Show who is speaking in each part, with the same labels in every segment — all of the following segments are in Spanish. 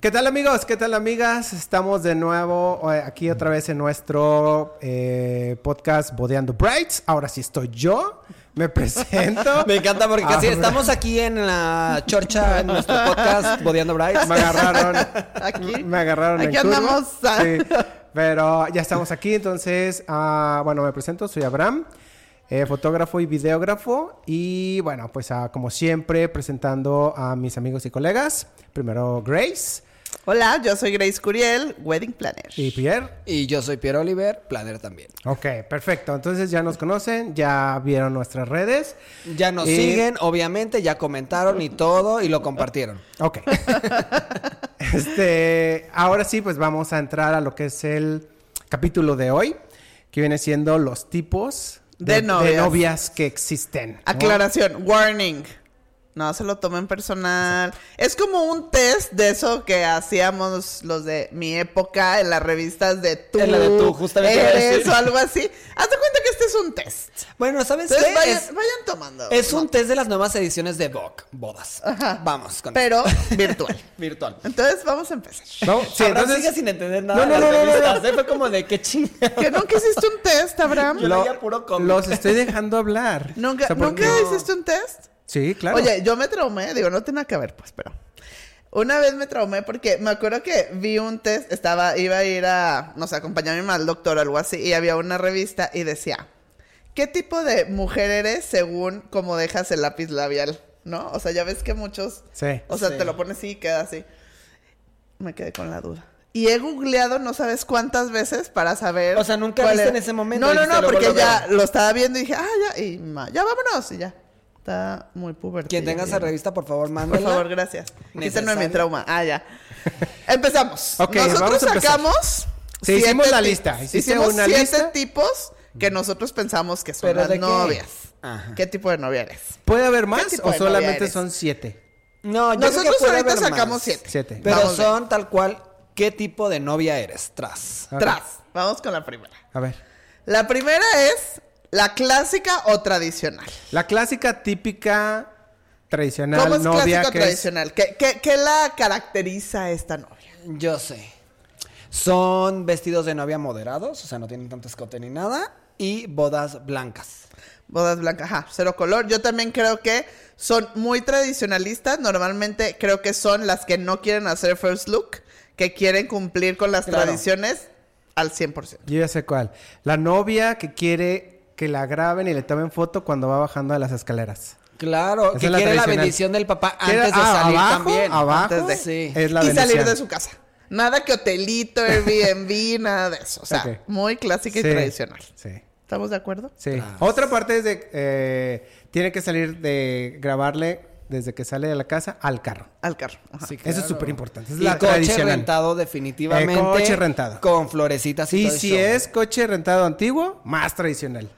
Speaker 1: ¿Qué tal amigos? ¿Qué tal amigas? Estamos de nuevo eh, aquí otra vez en nuestro eh, podcast Bodeando Brights. Ahora sí estoy yo. Me presento. Ah,
Speaker 2: Me encanta porque casi
Speaker 1: Ahora-
Speaker 2: estamos aquí en la chorcha, en nuestro podcast, Bodeando Brights.
Speaker 1: Me agarraron.
Speaker 3: Aquí.
Speaker 1: Me agarraron.
Speaker 3: Aquí
Speaker 1: en curva.
Speaker 3: andamos.
Speaker 1: Sí. Pero ya estamos aquí, entonces, ah, bueno, me presento, soy Abraham, eh, fotógrafo y videógrafo. Y bueno, pues ah, como siempre, presentando a mis amigos y colegas. Primero Grace
Speaker 3: Hola, yo soy Grace Curiel, Wedding Planner.
Speaker 1: y Pierre.
Speaker 2: Y yo soy Pierre Oliver, planner también.
Speaker 1: Ok, perfecto. Entonces ya nos conocen, ya vieron nuestras redes.
Speaker 2: Ya nos
Speaker 1: Y-
Speaker 2: siguen, obviamente, ya comentaron y todo, y lo compartieron.
Speaker 1: Ok. este, ahora sí, pues vamos a entrar a lo que es el capítulo de hoy, que viene siendo los tipos
Speaker 3: De novias.
Speaker 1: novias que existen. ¿no?
Speaker 3: Aclaración, warning. No se lo tomen personal. Es como un test de eso que hacíamos los de mi época en las revistas de tú.
Speaker 2: En la de tú, justamente iba a
Speaker 3: Eres
Speaker 2: decir.
Speaker 3: o algo así. Haz de cuenta que este es un test.
Speaker 2: Bueno, ¿sabes
Speaker 3: Entonces
Speaker 2: qué?
Speaker 3: vayan,
Speaker 2: Es,
Speaker 3: vayan tomando.
Speaker 2: es un test de las nuevas ediciones de Vogue, bodas. Vamos con
Speaker 3: Pero virtual.
Speaker 2: virtual.
Speaker 3: Entonces vamos a empezar.
Speaker 1: ¿No? Sí,
Speaker 2: Abraham
Speaker 1: entonces-
Speaker 2: sigue sin entender nada.
Speaker 1: No, no,
Speaker 2: de
Speaker 1: no,
Speaker 2: las
Speaker 1: no, no,
Speaker 2: revistas, ¿eh? Fue como de qué chingada.
Speaker 3: ¿Que nunca hiciste un test, Abraham?
Speaker 2: Yo leía puro cómic.
Speaker 1: los estoy dejando hablar.
Speaker 3: ¿Nunca,
Speaker 1: O sea, porque-
Speaker 3: ¿nunca hiciste un test?
Speaker 1: Sí, claro.
Speaker 3: Oye, yo me traumé, digo, no tiene nada que ver, pues, pero. Una vez me traumé porque me acuerdo que vi un test, estaba, iba a ir a, no sé, acompañar a mi mamá al doctor o algo así, y había una revista y decía, ¿qué tipo de mujer eres según cómo dejas el lápiz labial? ¿No? O sea, ya ves que muchos,
Speaker 1: Sí.
Speaker 3: o sea,
Speaker 2: Sí.
Speaker 3: te lo pones y queda así. Me quedé con la duda. Y he googleado no sabes cuántas veces para saber.
Speaker 2: O sea, ¿nunca
Speaker 3: cuál
Speaker 2: viste
Speaker 3: era.
Speaker 2: en ese momento?
Speaker 3: No, no,
Speaker 2: Dijiste,
Speaker 3: no,
Speaker 2: luego
Speaker 3: porque
Speaker 2: lo
Speaker 3: ya
Speaker 2: veo.
Speaker 3: lo estaba viendo y dije, ah, ya, y ma- ya vámonos, y ya. Está muy puberto.
Speaker 2: Quien tenga esa revista, por favor, mándela.
Speaker 3: Por favor, gracias. Ese no es mi
Speaker 2: Necesario.
Speaker 3: trauma. Ah, ya. Empezamos.
Speaker 1: Ok,
Speaker 3: nosotros
Speaker 1: vamos a empezar.
Speaker 3: sacamos.
Speaker 1: Sí, hicimos
Speaker 3: siete
Speaker 1: la
Speaker 3: ti-
Speaker 1: lista. Hiciste
Speaker 3: Hicimos
Speaker 1: una
Speaker 3: siete
Speaker 1: lista.
Speaker 3: tipos que nosotros pensamos que son
Speaker 2: ¿Pero de
Speaker 3: las
Speaker 2: qué?
Speaker 3: novias.
Speaker 2: Ajá.
Speaker 3: ¿Qué tipo de novia eres?
Speaker 1: ¿Puede haber
Speaker 3: ¿Qué
Speaker 1: más
Speaker 3: tipo
Speaker 1: o
Speaker 3: de novia
Speaker 1: solamente
Speaker 3: eres?
Speaker 1: son siete?
Speaker 2: No, yo creo que
Speaker 3: Nosotros
Speaker 2: puede
Speaker 3: ahorita
Speaker 2: haber
Speaker 3: sacamos
Speaker 2: más.
Speaker 3: siete.
Speaker 1: Siete.
Speaker 2: Pero
Speaker 3: Vamos bien.
Speaker 2: son tal cual, ¿qué tipo de novia eres? Tras.
Speaker 1: Ok.
Speaker 3: Tras. Vamos con la primera.
Speaker 1: A ver.
Speaker 3: La primera es la clásica o tradicional.
Speaker 1: La clásica típica tradicional
Speaker 3: ¿Cómo es
Speaker 1: novia
Speaker 3: clásica o
Speaker 1: que es-
Speaker 3: tradicional? ¿Qué, qué, qué la caracteriza a esta novia?
Speaker 2: Yo sé. Son vestidos de novia moderados, o sea, no tienen tanto escote ni nada. Y bodas blancas.
Speaker 3: Bodas blancas, ajá, cero color. Yo también creo que son muy tradicionalistas. Normalmente creo que son las que no quieren hacer first look, que quieren cumplir con las
Speaker 2: Claro.
Speaker 3: tradiciones al 100%.
Speaker 1: Yo ya sé cuál. La novia que quiere que la graben y le tomen foto cuando va bajando de las escaleras.
Speaker 2: Claro,
Speaker 1: Esa
Speaker 2: que
Speaker 1: es la
Speaker 2: quiere la
Speaker 1: tradicional.
Speaker 2: bendición del papá antes
Speaker 1: Quiere-
Speaker 2: de
Speaker 1: ah,
Speaker 2: salir
Speaker 1: abajo,
Speaker 2: también.
Speaker 1: abajo Eh,
Speaker 2: antes de. Sí.
Speaker 1: es la
Speaker 3: y salir
Speaker 1: bendición.
Speaker 3: de su casa. Nada que hotelito, Airbnb, nada de eso. O sea,
Speaker 1: Ok.
Speaker 3: muy clásica
Speaker 1: Sí,
Speaker 3: y tradicional.
Speaker 1: Sí.
Speaker 3: ¿Estamos de acuerdo?
Speaker 1: Sí.
Speaker 2: Tras.
Speaker 1: Otra parte es de. eh, tiene que salir de grabarle desde que sale de la casa al carro.
Speaker 3: Al carro. ajá.
Speaker 2: Sí,
Speaker 1: Eso es
Speaker 2: claro.
Speaker 1: súper importante. Es
Speaker 2: y
Speaker 1: la
Speaker 2: coche
Speaker 1: tradicional.
Speaker 2: rentado definitivamente.
Speaker 1: Eh, coche rentado.
Speaker 2: Con florecitas y
Speaker 1: Y
Speaker 2: todo el
Speaker 1: si
Speaker 2: show.
Speaker 1: es coche rentado antiguo, más tradicional.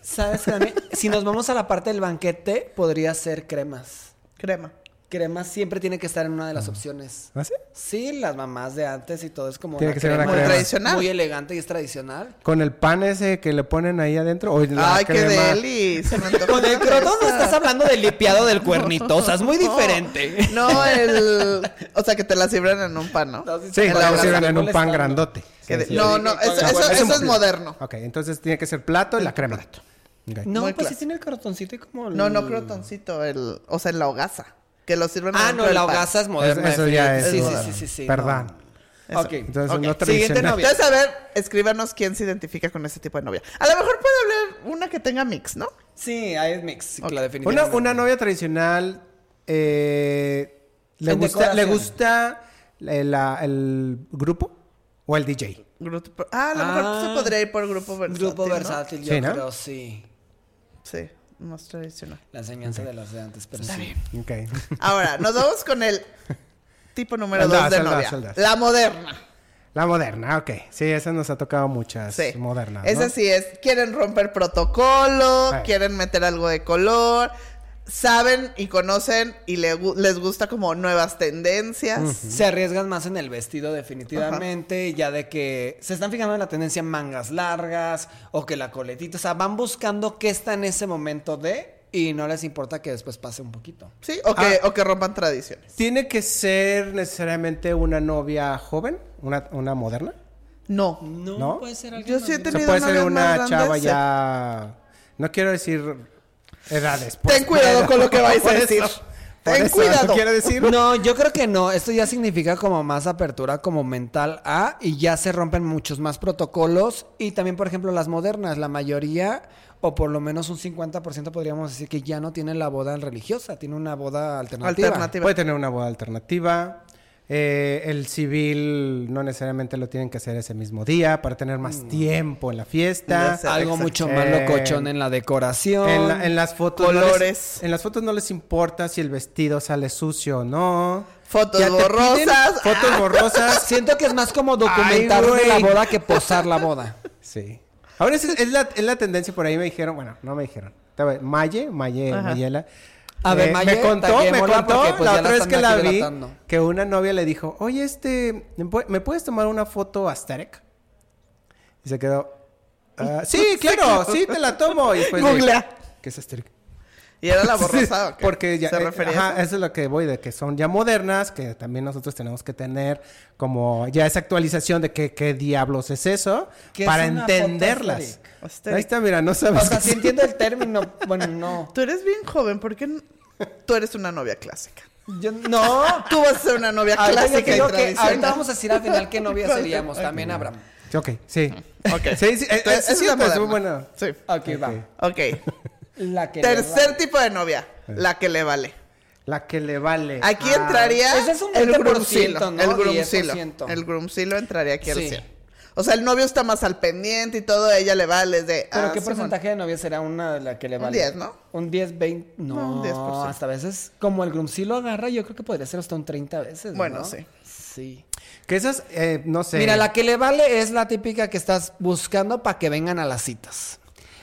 Speaker 2: ¿Sabes qué, Dani? si nos vamos a la parte del banquete, podría ser cremas.
Speaker 3: Crema.
Speaker 2: Cremas siempre tiene que estar en una de las opciones.
Speaker 1: ¿No sé?
Speaker 2: Sí, las mamás de antes y todo es como
Speaker 1: Tiene que ser una
Speaker 3: crema. Tradicional.
Speaker 2: muy elegante y es tradicional.
Speaker 1: Con el pan ese que le ponen ahí adentro. o la
Speaker 3: Ay, qué
Speaker 1: crema.
Speaker 3: deli. se me antojó
Speaker 2: Con el
Speaker 3: una
Speaker 2: crotón no
Speaker 3: fresa.
Speaker 2: estás hablando del limpiado del cuernito, o sea, es muy diferente.
Speaker 3: No, el. O sea, que te la sirven en un pan, ¿no?
Speaker 1: Sí,
Speaker 3: En la
Speaker 1: la
Speaker 3: brasa.
Speaker 1: sirven en un
Speaker 2: molestando.
Speaker 1: pan grandote.
Speaker 3: Que
Speaker 1: Sí,
Speaker 3: de-
Speaker 1: sí.
Speaker 3: no,
Speaker 2: sí.
Speaker 3: no,
Speaker 2: Sí,
Speaker 3: eso,
Speaker 2: sí.
Speaker 3: eso-
Speaker 2: Bueno,
Speaker 3: eso es
Speaker 1: un-
Speaker 3: moderno.
Speaker 1: Ok, entonces tiene que ser plato y la crema. Ok.
Speaker 2: No, pues
Speaker 3: Muy
Speaker 2: sí
Speaker 3: clásico.
Speaker 2: tiene el crotoncito y como el-
Speaker 3: No, no crotoncito, el, o sea, en la hogaza. Que lo sirven
Speaker 2: Mm. Ah,
Speaker 3: adentro
Speaker 2: no,
Speaker 3: del
Speaker 2: la
Speaker 3: pan.
Speaker 2: hogaza es moderna.
Speaker 1: Eso- eso ya
Speaker 2: definitivamente.
Speaker 1: es
Speaker 2: sí,
Speaker 1: moderno.
Speaker 2: sí, sí, sí, sí.
Speaker 1: Perdón.
Speaker 2: no.
Speaker 3: Eso.
Speaker 2: Ok.
Speaker 1: Entonces,
Speaker 3: Ok.
Speaker 1: no
Speaker 2: Siguiente
Speaker 1: tradicional.
Speaker 2: novia.
Speaker 3: Entonces, a ver, escríbanos quién se identifica con ese tipo de novia. A lo mejor puede hablar una que tenga mix, ¿no?
Speaker 2: Sí, ahí es mix, sí,
Speaker 3: Ok.
Speaker 2: la
Speaker 1: Una,
Speaker 2: definitivamente.
Speaker 1: una novia tradicional eh, le,
Speaker 2: En
Speaker 1: gusta, le
Speaker 2: decoración.
Speaker 1: gusta el, la- el grupo o el DJ.
Speaker 3: Grupo- ah, a lo mejor
Speaker 2: Ah.
Speaker 3: se podría ir por grupo versátil.
Speaker 2: Grupo
Speaker 3: ¿no?
Speaker 2: versátil, yo
Speaker 1: Sí, ¿no?
Speaker 2: creo, sí.
Speaker 3: Sí, más tradicional.
Speaker 2: La enseñanza de las de antes, pero sí.
Speaker 1: Ok.
Speaker 3: Ahora, nos vamos con el tipo número
Speaker 1: Al das,
Speaker 3: dos de
Speaker 1: al das,
Speaker 3: novia.
Speaker 1: al das.
Speaker 3: La moderna.
Speaker 1: La moderna, ok. Sí, esa nos ha tocado muchas
Speaker 3: Sí.
Speaker 1: modernas. ¿no?
Speaker 3: Esa sí es. Quieren romper protocolo,
Speaker 1: Sí.
Speaker 3: quieren meter algo de color, saben y conocen y le gu- les gusta como nuevas tendencias.
Speaker 2: Se arriesgan más en el vestido definitivamente, ya de que se están fijando en la tendencia en mangas largas o que la coletita, o sea, van buscando qué está en ese momento de y no les importa que después pase un poquito.
Speaker 3: Sí, o
Speaker 1: Ah.
Speaker 3: que, o que rompan tradiciones.
Speaker 1: ¿Tiene que ser necesariamente una novia joven? ¿Una, una moderna?
Speaker 3: No.
Speaker 4: No,
Speaker 1: ¿No?
Speaker 4: puede ser algo.
Speaker 3: Yo sí he
Speaker 1: O
Speaker 4: normal.
Speaker 1: sea,
Speaker 3: tenido
Speaker 1: puede
Speaker 3: novias
Speaker 1: ser una
Speaker 3: más
Speaker 1: chava
Speaker 3: grandes,
Speaker 1: ya... No quiero decir edades. pues,
Speaker 3: Ten cuidado con lo que vais a
Speaker 1: Por eso,
Speaker 3: decir.
Speaker 1: por
Speaker 3: Ten
Speaker 1: eso,
Speaker 3: cuidado.
Speaker 1: ¿Eso quiere decir?
Speaker 2: No, yo creo que no. Esto ya significa como más apertura como mental a y ya se rompen muchos más protocolos y también, por ejemplo, las modernas, la mayoría o por lo menos un 50% podríamos decir que ya no tienen la boda religiosa, tiene una boda alternativa.
Speaker 3: Alternativa.
Speaker 1: Puede tener una boda alternativa. eh, el civil no necesariamente lo tienen que hacer ese mismo día para tener más
Speaker 3: Mm.
Speaker 1: tiempo en la fiesta.
Speaker 3: Ya sé.
Speaker 2: Algo
Speaker 3: Exacto.
Speaker 2: mucho más
Speaker 1: Eh,
Speaker 2: locochón en la decoración.
Speaker 1: En, la- en las fotos no les-
Speaker 3: Colores.
Speaker 1: en las fotos no les importa si el vestido sale sucio o no.
Speaker 3: Fotos
Speaker 2: Ya te piden
Speaker 3: borrosas.
Speaker 1: Fotos borrosas.
Speaker 2: Siento que es más como documentar
Speaker 1: Ay, güey.
Speaker 2: la boda que posar la boda.
Speaker 1: Sí. Ahora es, es la, es la tendencia por ahí me dijeron, bueno, no me dijeron. Estaba- Maye, Maye,
Speaker 3: Ajá.
Speaker 1: Mayela.
Speaker 2: A ver, Maye,
Speaker 1: me contó, me
Speaker 2: taguémosla
Speaker 1: contó
Speaker 2: porque, pues,
Speaker 1: la
Speaker 2: ya la
Speaker 1: otra vez
Speaker 2: están
Speaker 1: que la
Speaker 2: aquí
Speaker 1: vi
Speaker 2: delatando.
Speaker 1: que una novia le dijo, oye, este, ¿me pu- ¿me puedes tomar una foto Asterek? Y se quedó, "Ah, sí, claro, sí, te la tomo. Y después de-
Speaker 3: Googlea.
Speaker 1: ¿Qué es Asterek?
Speaker 3: Y era la
Speaker 1: Sí,
Speaker 3: borrosa. ¿o qué?
Speaker 1: Porque ya,
Speaker 3: se
Speaker 1: eh,
Speaker 3: refería a
Speaker 1: ajá,
Speaker 3: eso?
Speaker 1: eso es lo que voy, de que son ya modernas, que también nosotros tenemos que tener como ya esa actualización de que, qué diablos es eso
Speaker 2: ¿Qué es
Speaker 1: para
Speaker 2: una
Speaker 1: entenderlas.
Speaker 3: foto aesthetic?
Speaker 1: Ahí está, mira, no
Speaker 2: O
Speaker 1: sabes.
Speaker 2: sea,
Speaker 1: qué
Speaker 2: sí
Speaker 1: es.
Speaker 2: entiendo el término. Bueno,
Speaker 1: eh.
Speaker 2: no.
Speaker 3: Tú eres bien joven, ¿por qué no- tú eres una novia clásica?
Speaker 2: Yo- no.
Speaker 3: Tú vas a ser una
Speaker 1: Ah,
Speaker 3: novia
Speaker 2: Ahorita yo
Speaker 3: clásica y
Speaker 2: creo que ahorita
Speaker 3: tradicional.
Speaker 2: vamos a decir al final qué novia seríamos. También Abraham.
Speaker 1: Sí, Ok, sí. Sí, sí, eh, eh,
Speaker 3: Entonces,
Speaker 1: sí,
Speaker 3: esa es la
Speaker 1: pues, muy
Speaker 3: moderna.
Speaker 1: bueno.
Speaker 3: Sí.
Speaker 2: Ok, va.
Speaker 1: Ok.
Speaker 3: Ok.
Speaker 2: La que
Speaker 3: Tercer tipo de novia, la que le vale.
Speaker 1: La que le vale.
Speaker 3: Aquí
Speaker 1: Ah,
Speaker 3: entraría
Speaker 2: ese es un
Speaker 3: el
Speaker 2: 20%,
Speaker 3: grumcilo.
Speaker 2: ¿no?
Speaker 3: El grumcilo.
Speaker 2: 10%.
Speaker 3: El grumcilo entraría aquí al
Speaker 2: Sí.
Speaker 3: 100. O sea, el novio está más al pendiente y todo, a ella le vale. Es de,
Speaker 2: ¿Pero
Speaker 3: ah,
Speaker 2: qué
Speaker 3: Simón.
Speaker 2: porcentaje de novia será una de la que le
Speaker 3: Un
Speaker 2: vale?
Speaker 3: 10, ¿no?
Speaker 2: Un 10, 20. No,
Speaker 3: No, un 10%.
Speaker 2: hasta a veces como el grumsi lo agarra, yo creo que podría ser hasta un 30 veces.
Speaker 3: Bueno,
Speaker 2: ¿no?
Speaker 3: sí.
Speaker 2: Sí.
Speaker 1: Que esas, eh, no sé.
Speaker 2: Mira, la que le vale es la típica que estás buscando para que vengan a las citas.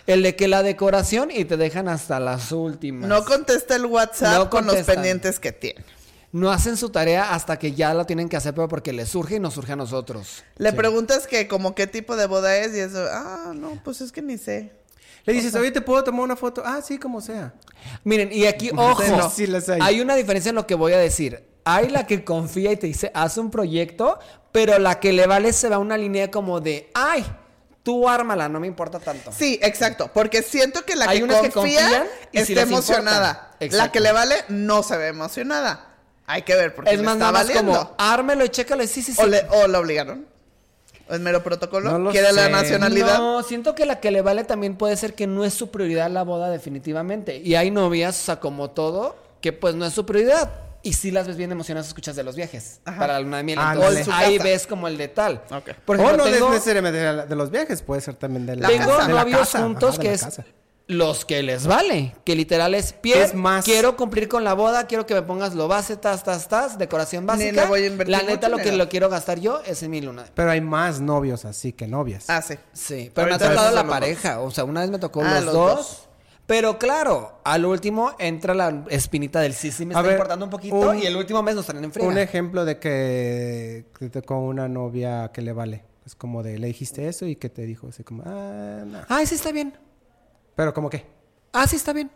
Speaker 2: El de que la decoración y te dejan hasta las últimas.
Speaker 3: No contesta el WhatsApp
Speaker 2: No
Speaker 3: con los
Speaker 2: contestan.
Speaker 3: pendientes que tiene.
Speaker 2: No hacen su tarea hasta que ya la tienen que hacer, pero porque les surge y nos surge a nosotros.
Speaker 3: Le preguntas que como qué tipo de boda es y eso, ah, no, pues es que ni sé.
Speaker 1: Le dices, oye, ¿te puedo tomar una foto? Ah, sí, como sea.
Speaker 2: Miren, y aquí,
Speaker 1: No,
Speaker 2: ojo,
Speaker 1: sí las hay.
Speaker 2: hay. una diferencia en lo que voy a decir. Hay la que confía y te dice, haz un proyecto, pero la que le vale se va una línea como de, ay, tú ármala, no me importa tanto.
Speaker 3: Sí, exacto, porque siento que la
Speaker 2: Hay
Speaker 3: que
Speaker 2: unas que
Speaker 3: confía
Speaker 2: confían y
Speaker 3: está
Speaker 2: sí les
Speaker 3: emocionada.
Speaker 2: importa.
Speaker 3: La
Speaker 2: Exacto.
Speaker 3: que le vale no se ve emocionada. Hay que ver porque
Speaker 2: es
Speaker 3: le
Speaker 2: más,
Speaker 3: está
Speaker 2: nada más
Speaker 3: valiendo.
Speaker 2: como, ármelo y chécalo, y sí, sí, sí.
Speaker 3: O, le, o la obligaron. ¿Es mero protocolo?
Speaker 1: No lo
Speaker 3: ¿Quiere la
Speaker 1: sé.
Speaker 3: nacionalidad?
Speaker 2: No, siento que la que le vale también puede ser que no es su prioridad la boda definitivamente. Y hay novias, o sea, como todo, que pues no es su prioridad. Y sí las ves bien emocionadas, escuchas de los viajes
Speaker 3: Ajá.
Speaker 2: para la luna de miel.
Speaker 1: Ah, ándale.
Speaker 2: Entonces,
Speaker 3: O en su
Speaker 2: ahí
Speaker 3: casa.
Speaker 2: ves como el de tal.
Speaker 3: Ok.
Speaker 2: Por
Speaker 1: o
Speaker 2: ejemplo,
Speaker 1: Oh, no
Speaker 2: tengo-
Speaker 1: necesariamente de, la- de los viajes, puede ser también de la
Speaker 2: Tengo
Speaker 1: casa. de la
Speaker 2: novios
Speaker 1: casa,
Speaker 2: juntos
Speaker 1: ajá, de
Speaker 2: que
Speaker 1: la
Speaker 2: es
Speaker 1: casa.
Speaker 2: los que les vale, que literal es pie,
Speaker 1: Es más-
Speaker 2: quiero cumplir con la boda, quiero que me pongas lo base, tas, tas, tas, decoración básica.
Speaker 3: le voy a invertir
Speaker 2: la
Speaker 3: mucho
Speaker 2: neta, lo que
Speaker 3: dinero.
Speaker 2: lo quiero gastar yo es en mi luna.
Speaker 1: Pero hay más novios así que novias.
Speaker 3: Ah, sí.
Speaker 2: Sí, pero me ha
Speaker 3: Ahorita
Speaker 2: tocado
Speaker 3: esos
Speaker 2: la
Speaker 3: son los
Speaker 2: pareja. O sea, una vez me tocó
Speaker 3: Ah,
Speaker 2: los,
Speaker 3: los
Speaker 2: dos,
Speaker 3: dos.
Speaker 2: Pero claro, al último entra la espinita del sí, sí me
Speaker 1: A
Speaker 2: está
Speaker 1: ver,
Speaker 2: importando un poquito.
Speaker 1: un-
Speaker 2: y el último mes nos traen en friega.
Speaker 1: Un ejemplo de que te tocó una novia que le vale. Es como de, le dijiste eso y que te dijo así como, ah, no.
Speaker 2: Ah, sí está bien.
Speaker 1: Pero como que.
Speaker 2: Ah, sí está bien.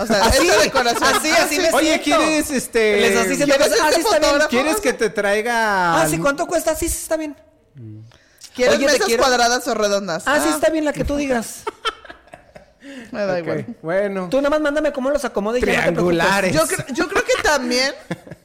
Speaker 3: O sea,
Speaker 2: Así,
Speaker 3: esta decoración.
Speaker 2: así, Ah, así me
Speaker 1: Oye,
Speaker 2: siento.
Speaker 1: ¿quieres este.
Speaker 2: Les así se me
Speaker 3: ¿quieres
Speaker 2: ves, Ah,
Speaker 3: este
Speaker 2: sí está bien.
Speaker 3: fotógrafo?
Speaker 1: ¿Quieres que te traiga.
Speaker 2: Ah, sí, ¿cuánto cuesta? Sí, sí está bien.
Speaker 3: ¿Quieres
Speaker 2: Oye, te
Speaker 3: mesas
Speaker 2: quiero-
Speaker 3: cuadradas o redondas?
Speaker 2: Ah, sí está bien la que tú digas.
Speaker 3: Me da
Speaker 1: Ok,
Speaker 3: igual.
Speaker 1: Bueno.
Speaker 2: Tú nada más mándame cómo los acomode y ya no te
Speaker 1: Triangulares.
Speaker 3: Yo, cre- yo creo que también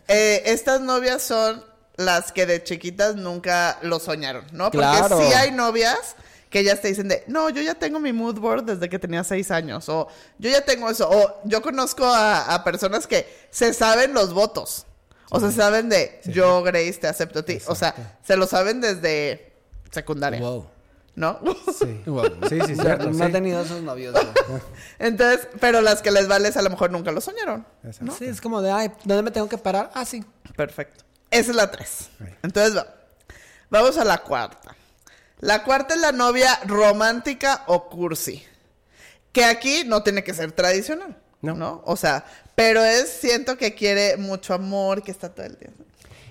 Speaker 3: eh, estas novias son las que de chiquitas nunca lo soñaron, ¿no? Porque
Speaker 2: Claro.
Speaker 3: sí hay novias que ellas te dicen de, no, yo ya tengo mi mood board desde que tenía seis años, o yo ya tengo eso, o yo conozco a, a personas que se saben los votos, o se saben de, yo Grace te acepto a ti, o sea, se lo saben desde
Speaker 2: preocupes.
Speaker 3: secundaria,
Speaker 2: Wow.
Speaker 3: ¿no?
Speaker 1: Sí.
Speaker 2: Wow.
Speaker 1: Sí, sí, cierto,
Speaker 2: No,
Speaker 1: sí.
Speaker 2: he tenido esos novios. güey.
Speaker 3: Entonces, pero las que les vales a lo mejor nunca lo soñaron.
Speaker 1: Exacto.
Speaker 2: Sí, es como de, ay, ¿dónde me tengo que parar? Ah, sí.
Speaker 3: Perfecto. Esa es la tres.
Speaker 1: Ahí.
Speaker 3: Entonces, va- vamos a la cuarta. La cuarta es la novia romántica o cursi. Que aquí no tiene que ser tradicional.
Speaker 1: No.
Speaker 3: No. O sea, pero es, siento que quiere mucho amor, que está todo el día.